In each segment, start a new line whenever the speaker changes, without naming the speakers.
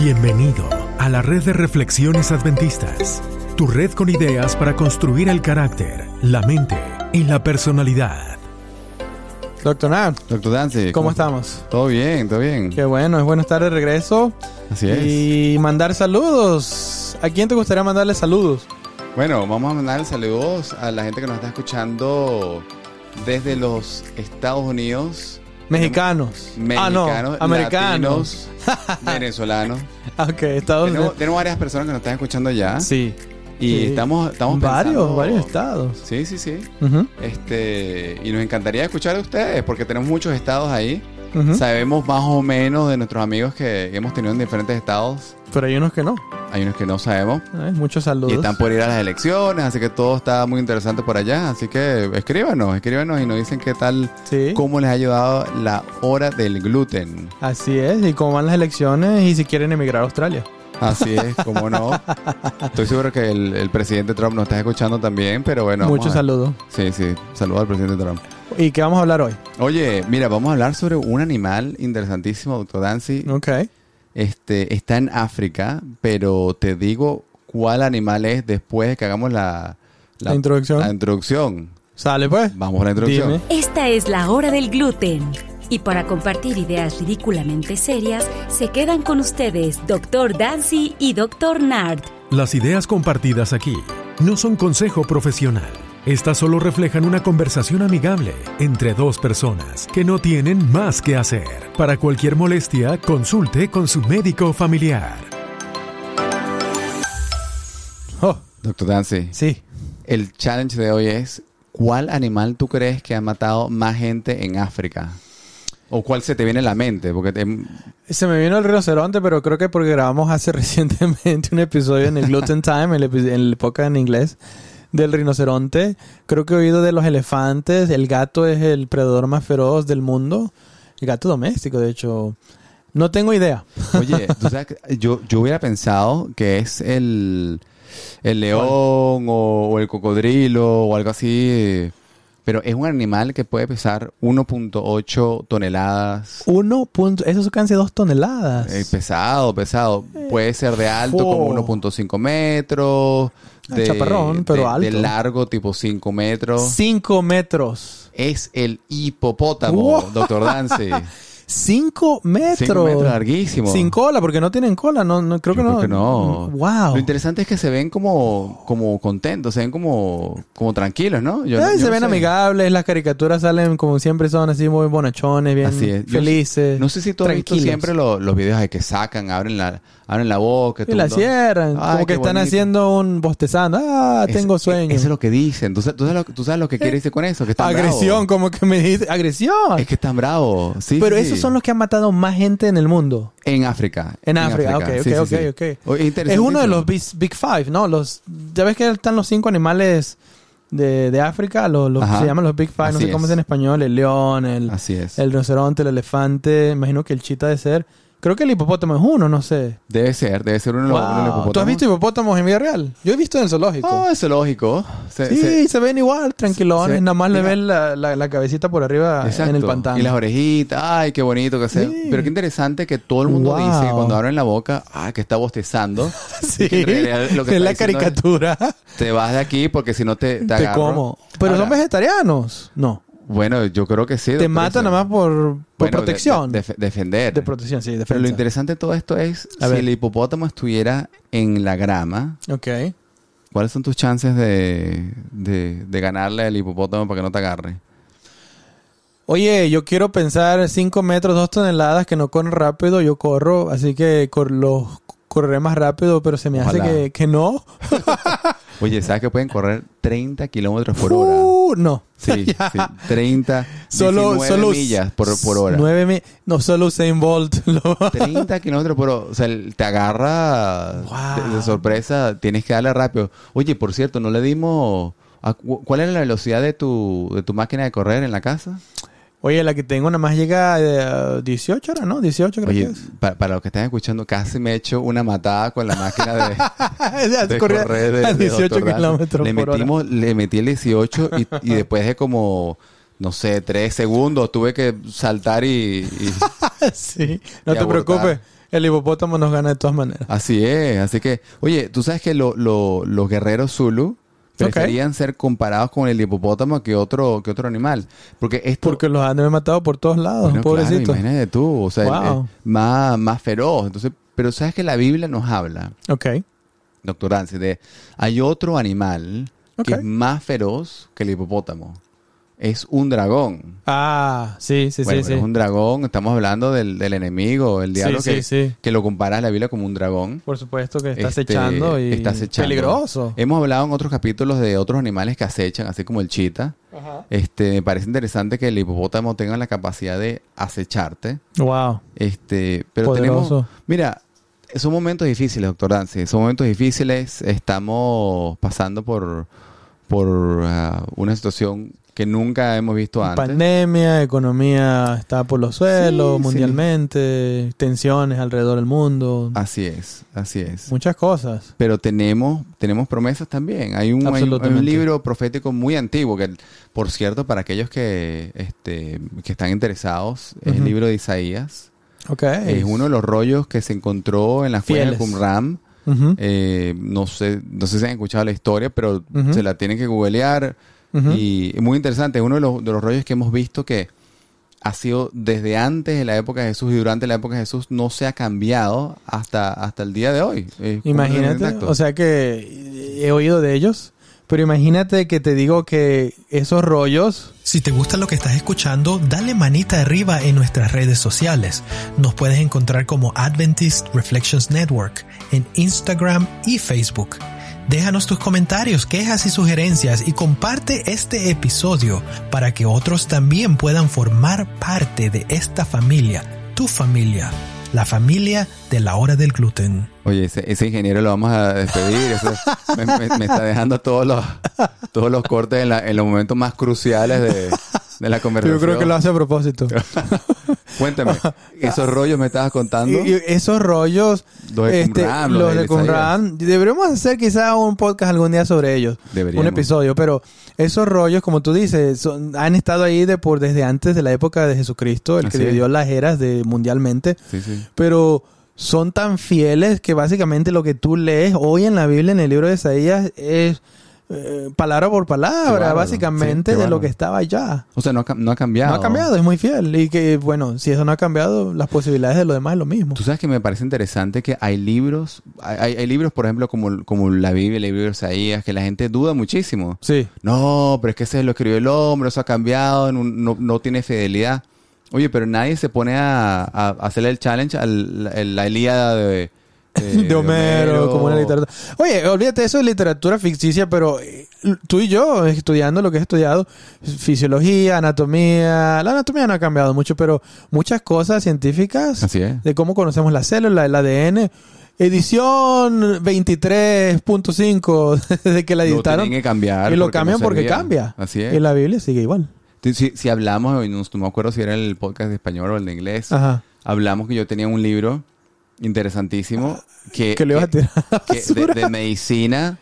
Bienvenido a la red de reflexiones adventistas, tu red con ideas para construir el carácter, la mente y la personalidad.
Doctor Nat,
Doctor Dante.
¿cómo estamos?
Todo bien, todo bien.
Qué bueno, es bueno estar de regreso
Así es.
y mandar saludos. ¿A quién te gustaría mandarle saludos?
Bueno, vamos a mandar saludos a la gente que nos está escuchando desde los Estados Unidos,
Mexicanos. ah,
mexicanos,
no, americanos.
latinos, venezolanos.
Ah, Ok, Estados
tenemos,
Unidos.
tenemos varias personas que nos están escuchando ya.
Sí.
Y
Sí.
estamos, estamos
varios,
pensando-
varios estados.
Sí, sí, sí.
Ujú,
Este, y nos encantaría escuchar a ustedes porque tenemos muchos estados ahí.
ujú.
Sabemos más o menos de nuestros amigos que hemos tenido en diferentes estados.
Pero hay unos que no.
Hay unos que no sabemos.
Ay, muchos saludos.
Y están por ir a las elecciones, así que todo está muy interesante por allá. Así que escríbanos, escríbanos y nos dicen qué tal,
Sí.
cómo les ha ayudado la hora del gluten.
Así es, y cómo van las elecciones y si quieren emigrar a Australia.
Así es, cómo no. Estoy seguro que el, el presidente Trump nos está escuchando también, pero bueno. vamos
Muchos
a-
saludos.
Sí, sí, saludos al presidente Trump.
¿Y qué vamos a hablar hoy?
Oye, mira, vamos a hablar sobre un animal interesantísimo, doctor Dancy.
Ok.
Este, está en África, pero te digo cuál animal es después de que hagamos la,
La introducción.
La introducción.
Sale pues.
Vamos a la introducción.
Dime.
Esta es la hora del gluten. Y para compartir ideas ridículamente serias, se quedan con ustedes Dr. Dancy y Dr. Nard.
Las ideas compartidas aquí no son consejo profesional. Estas solo reflejan una conversación amigable entre dos personas que no tienen más que hacer. Para cualquier molestia, consulte con su médico familiar.
Oh,
Doctor Dancy,
sí.
el challenge de hoy es ¿cuál animal tú crees que ha matado más gente en África? ¿O cuál se te viene a la mente? Porque te-
Se me vino el rinoceronte, pero creo que porque grabamos hace recientemente un episodio en el Gluten Time, el, epi- el podcast en inglés, del rinoceronte. Creo que he oído de los elefantes. El gato es el predador más feroz del mundo. El gato doméstico, de hecho. No tengo idea.
oye, tú sabes que yo, yo hubiera pensado que es el, el león o, o el cocodrilo o algo así, pero es un animal que puede pesar 1.8 toneladas.
Uno punto... Eso casi dos toneladas.
Eh, pesado, pesado.
Eh,
Puede ser de alto
fo.
como 1.5 metros.
Ah,
De,
chaparrón, pero
de- de
alto.
largo tipo 5 metros.
Cinco metros.
Es el hipopótamo,
Wow.
doctor Dancy.
Cinco metros.
Cinco metros, larguísimo.
Sin cola, porque no tienen cola. No, no creo
Yo
que no.
creo que no.
Wow.
Lo interesante es que se ven como, como contentos, se ven como, como tranquilos, ¿no? Yo-
Eh,
yo
se
no
ven
sé.
amigables, las caricaturas salen como siempre son así muy bonachones, bien
Así es. Yo-
felices.
no sé si tú has visto
tranquilos.
siempre lo- los videos de que sacan, abren la, abren la boca.
Y
todo
la
el mundo-
cierran,
Ay,
como que
qué
están
bonito.
haciendo un bostezando. Ah,
Es-
tengo
es-
sueño.
Eso es lo que dicen. ¿Tú, sa- tú sabes lo, tú sabes lo que quiere decir con eso? Que están
agresión,
bravos.
como que me dice, agresión.
Es que están bravos. Sí,
Pero
sí,
esos
sí.
son los que han matado más gente en el mundo.
En África.
En, África. Ok, ok,
Sí, sí, Oh, sí.
ok, ok.
Oye,
Es uno de
interesantísimo.
los big, big Five, ¿no? Los, ya ves que están los cinco animales de, de África, los, los que
Ajá.
se llaman los Big Five, no
Así
sé cómo
es.
es en español, el león, el,
Así es.
El rinoceronte, el elefante, imagino que el chita de ser. Creo que el hipopótamo es uno, no sé.
Debe ser, debe ser uno de los, uno de
Wow.
los hipopótamos.
¿Tú has visto hipopótamos en vida real? Yo he visto en el zoológico.
Oh, eso es lógico. Se-
sí,
se-
se, ven igual, tranquilones.
se-
nada más le
mira.
ven la, la- la cabecita por arriba en el
exacto.
pantano.
Y las orejitas, ay, qué bonito que sea.
Sí.
Pero qué interesante que todo el mundo
Wow.
dice que cuando abren la boca, ay, que está bostezando.
Sí,
Y que en realidad lo que
es
está
la
diciendo es,
caricatura.
Te vas de aquí porque si no te, te,
Te
agarro".
como. Pero son
Ahora,
vegetarianos. No.
Bueno, yo creo que sí.
Te
doctor,
matan
eso.
nada más por, por
Bueno, de-
protección.
de-
De,
def- defender.
protección, sí,
Pero lo
defensa.
interesante de todo esto es,
A
si
ver.
el hipopótamo estuviera en la grama,
ok.
¿cuáles son tus chances de, de- de ganarle al hipopótamo para que no te agarre?
Oye, yo quiero pensar 5 metros, 2 toneladas, que no corren rápido, yo corro, así que cor- los correré más rápido, pero se me hace
Ojalá.
que, que no.
Oye, ¿sabes que pueden correr 30 kilómetros por hora?
Uh, no.
Sí, sí, 30,
Solo,
19
solo
millas por, por hora.
9 no, solo Usain Bolt. lo-
30 kilómetros por hora. O sea, el- te agarra
Wow.
de, de sorpresa, tienes que darle rápido. Oye, por cierto, no le dimos... a cu- ¿Cuál era la velocidad de tu, de tu máquina de correr en la casa?
Oye, la que tengo nada más llega a eh, 18 horas, ¿no? 18 creo
Oye,
que es.
pa- para los que están escuchando, casi me he hecho una matada con la máquina de, de
Corría
correr de-
a
de
18
Dr. Dante.
kilómetros
le
por hora.
metimos, Le metí el 18 y, y después de como, no sé, tres segundos tuve que saltar y... y-
sí, no
y
te
abortar.
preocupes. El hipopótamo nos gana de todas maneras.
Así es, así que, oye, tú sabes que lo- lo- los guerreros Zulu preferían ser comparados con el hipopótamo que otro, que otro animal. Porque es
Porque los han matado por todos lados, pobrecitos.
imagínate tú, o sea,
Wow.
es más, más feroz. Entonces, pero sabes que la Biblia nos habla,
ok.
doctor Ansi, de hay otro animal que
Ok.
es más feroz que el hipopótamo. Es un dragón.
Ah, sí, sí,
Bueno,
sí,
pero
sí.
es un dragón, estamos hablando del, del enemigo, el diablo
Sí,
que,
sí, sí.
que lo compara la Biblia como un dragón.
Por supuesto que está
Este, Eh,
acechando y
está acechando.
peligroso.
Hemos hablado en otros capítulos de otros animales que acechan, así como el chita. Este, me parece interesante que el hipopótamo tenga la capacidad de acecharte.
Wow.
Este, pero tenemos,
Poderoso.
mira, son momentos difíciles, doctor Dancy, son momentos difíciles. Estamos pasando por por ah, una situación que nunca hemos visto antes.
Pandemia, economía está por los
Sí,
suelos
sí.
mundialmente, tensiones alrededor del mundo,
Así es, así es.
muchas cosas.
pero tenemos, tenemos promesas también. Hay un, hay un- hay un
Absolutamente.
libro profético muy antiguo que, por cierto, para aquellos que, este, que están interesados, es el
Ujú.
libro de Isaías.
Ok.
Es uno de los rollos que se encontró en las cuevas de
Fieles.
Qumran.
Ujú,
Eh, no, sé, no sé si han escuchado la historia, pero
Ujú.
se la tienen que googlear.
ujú.
Y es muy interesante. Es uno de los, de los rollos que hemos visto que ha sido desde antes de la época de Jesús y durante la época de Jesús no se ha cambiado hasta, hasta el día de hoy. Es completamente
Imagínate,
intacto.
o sea que he oído de ellos, pero imagínate que te digo que esos rollos,
Si te gusta lo que estás escuchando, dale manita arriba en nuestras redes sociales. Nos puedes encontrar como Adventist Reflections Network en Instagram y Facebook. Déjanos tus comentarios, quejas y sugerencias y comparte este episodio para que otros también puedan formar parte de esta familia, tu familia, la familia de la hora del gluten.
Oye, ese, ese ingeniero lo vamos a despedir. Eso me, me- me está dejando todos los, todos los cortes en, la- en los momentos más cruciales de, de la
yo
conversación.
creo que lo hace a propósito.
Cuéntame, esos rollos me estabas contando.
Y- y esos rollos,
Los de
este,
Qumran, los
los
de
de Qumran, deberíamos hacer quizá un podcast algún día sobre ellos,
Deberíamos.
un episodio, pero esos rollos, como tú dices, son- han estado ahí de por desde antes de la época de Jesucristo, el que
Así es.
dividió las eras de mundialmente,
Sí, sí.
pero son tan fieles que básicamente lo que tú lees hoy en la Biblia, en el libro de Isaías, es eh, palabra por
Qué
palabra,
bárbaro.
básicamente,
Sí, qué
de lo
bárbaro.
que estaba ya.
O sea, no ha, cam- no ha cambiado.
No ha cambiado, es muy fiel. Y que, bueno, si eso no ha cambiado, las posibilidades de lo demás es lo mismo.
Tú sabes que me parece interesante que hay libros, hay, hay- hay libros, por ejemplo, como, como la Biblia, el libro de Isaías, que la gente duda muchísimo.
Sí.
No, pero es que se lo escribió el hombre, eso ha cambiado, no, no- no tiene fidelidad. Oye, pero nadie se pone a, a hacerle el challenge a la, la Ilíada de, Eh,
de Homero, como una literatura. Oye, olvídate eso de literatura ficticia, pero eh, tú y yo, estudiando lo que he estudiado, fisiología, anatomía, la anatomía no ha cambiado mucho, pero muchas cosas científicas
Así es.
de cómo conocemos la célula, el ADN. Edición 23.5, desde que la
Lo
editaron.
tienen que cambiar
y lo
porque no
cambian porque
servía.
cambia.
Así es.
Y la Biblia sigue igual.
Si, si hablamos, no, no me acuerdo si era el podcast de español o el de inglés,
Ajá.
hablamos que yo tenía un libro interesantísimo que,
Que le vas a tirar a la
que- de,
basura.
de medicina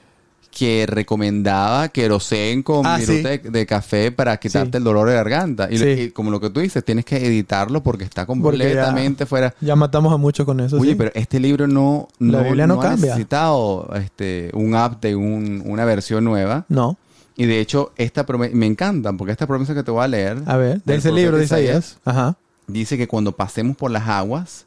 que recomendaba querosén con
Ah,
viruta
sí.
de, de café para quitarte
Sí.
el dolor de garganta. Y, lo-
Sí.
y como lo que tú dices, tienes que editarlo porque está
ya-
completamente fuera.
Ya matamos a muchos con eso.
Oye,
sí.
pero este libro no, no,
La Biblia no
ha
cambia.
necesitado este, un update, un- una versión nueva.
No.
Y de hecho, esta promesa, me encantan porque esta promesa que te voy a leer.
A ver, de
del
ese
profeta
libro de Isaías. Ajá.
dice que cuando pasemos por las aguas,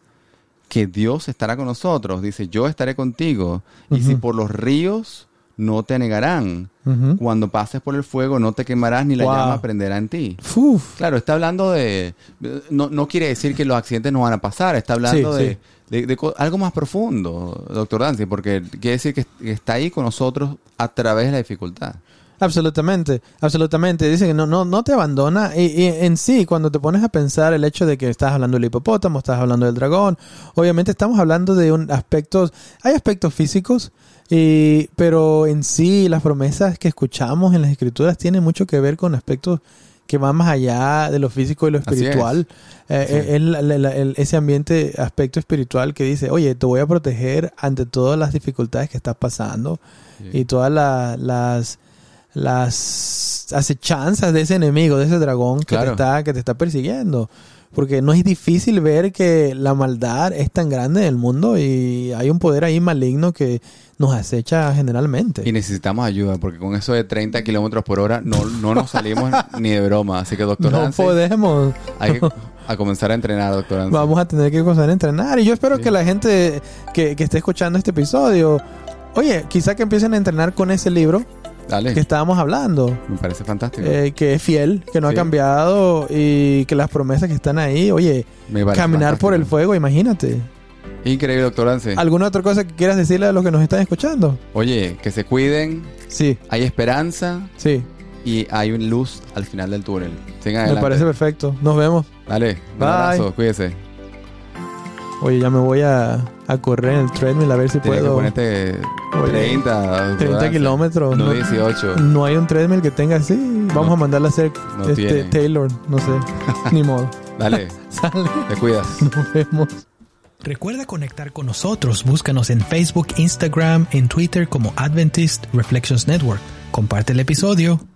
que Dios estará con nosotros. Dice, yo estaré contigo. Y si por los ríos, no te anegarán.
Ujú.
Cuando pases por el fuego, no te quemarás ni la
Wow.
llama prenderá en ti.
Uf.
Claro, está hablando de... No, no quiere decir que los accidentes no van a pasar, está hablando
Sí,
de,
sí.
de- de co- algo más profundo, doctor Dancy, porque quiere decir que, que está ahí con nosotros a través de la dificultad.
Absolutamente, absolutamente. Dice que no, no, no te abandona. Y, y en sí, cuando te pones a pensar el hecho de que estás hablando del hipopótamo, estás hablando del dragón, obviamente estamos hablando de un aspectos, hay aspectos físicos, y, pero en sí las promesas que escuchamos en las escrituras tienen mucho que ver con aspectos que van más allá de lo físico y lo
Así es.
espiritual. Eh,
Sí.
eh, el- la- la- el- ese ambiente, aspecto espiritual que dice, oye, te voy a proteger ante todas las dificultades que estás pasando y todas la- las las acechanzas de ese enemigo, de ese dragón que,
Claro.
te está, que te está persiguiendo. Porque no es difícil ver que la maldad es tan grande en el mundo y hay un poder ahí maligno que nos acecha generalmente.
Y necesitamos ayuda, porque con eso de 30 kilómetros por hora no, no nos salimos ni de broma. Así que, doctor
no
Nancy,
podemos.
hay que a comenzar a entrenar, doctor Nancy.
Vamos a tener que comenzar a entrenar. Y yo espero
Sí.
que la gente que, que esté escuchando este episodio, oye, quizá que empiecen a entrenar con ese libro
Dale,
que estábamos hablando.
me parece fantástico.
eh, que es fiel, que no
Sí.
ha cambiado y que las promesas que están ahí, oye,
Me parece
caminar por el
fantástico.
fuego, imagínate.
Increíble, doctor Nancy.
¿Alguna otra cosa que quieras decirle a los que nos están escuchando?
Oye, que se cuiden,
Sí,
hay esperanza
sí,
y hay una luz al final del túnel. Sigan
me
adelante.
parece perfecto. Nos vemos.
Dale, un
Bye.
abrazo, cuídese.
Oye, ya me voy a, a correr en el treadmill a ver si
Tienes que
puedo.
ponerte
Oye,
30, doctor
30
Nancy.
kilómetros.
No
No,
18.
no hay un treadmill que tenga así. Vamos
No.
a mandarle a hacer
No
este,
tiene.
Taylor, no sé. Ni modo.
Dale,
Sale,
te cuidas.
nos vemos.
Recuerda conectar con nosotros. Búscanos en Facebook, Instagram, en Twitter como Adventist Reflections Network. Comparte el episodio.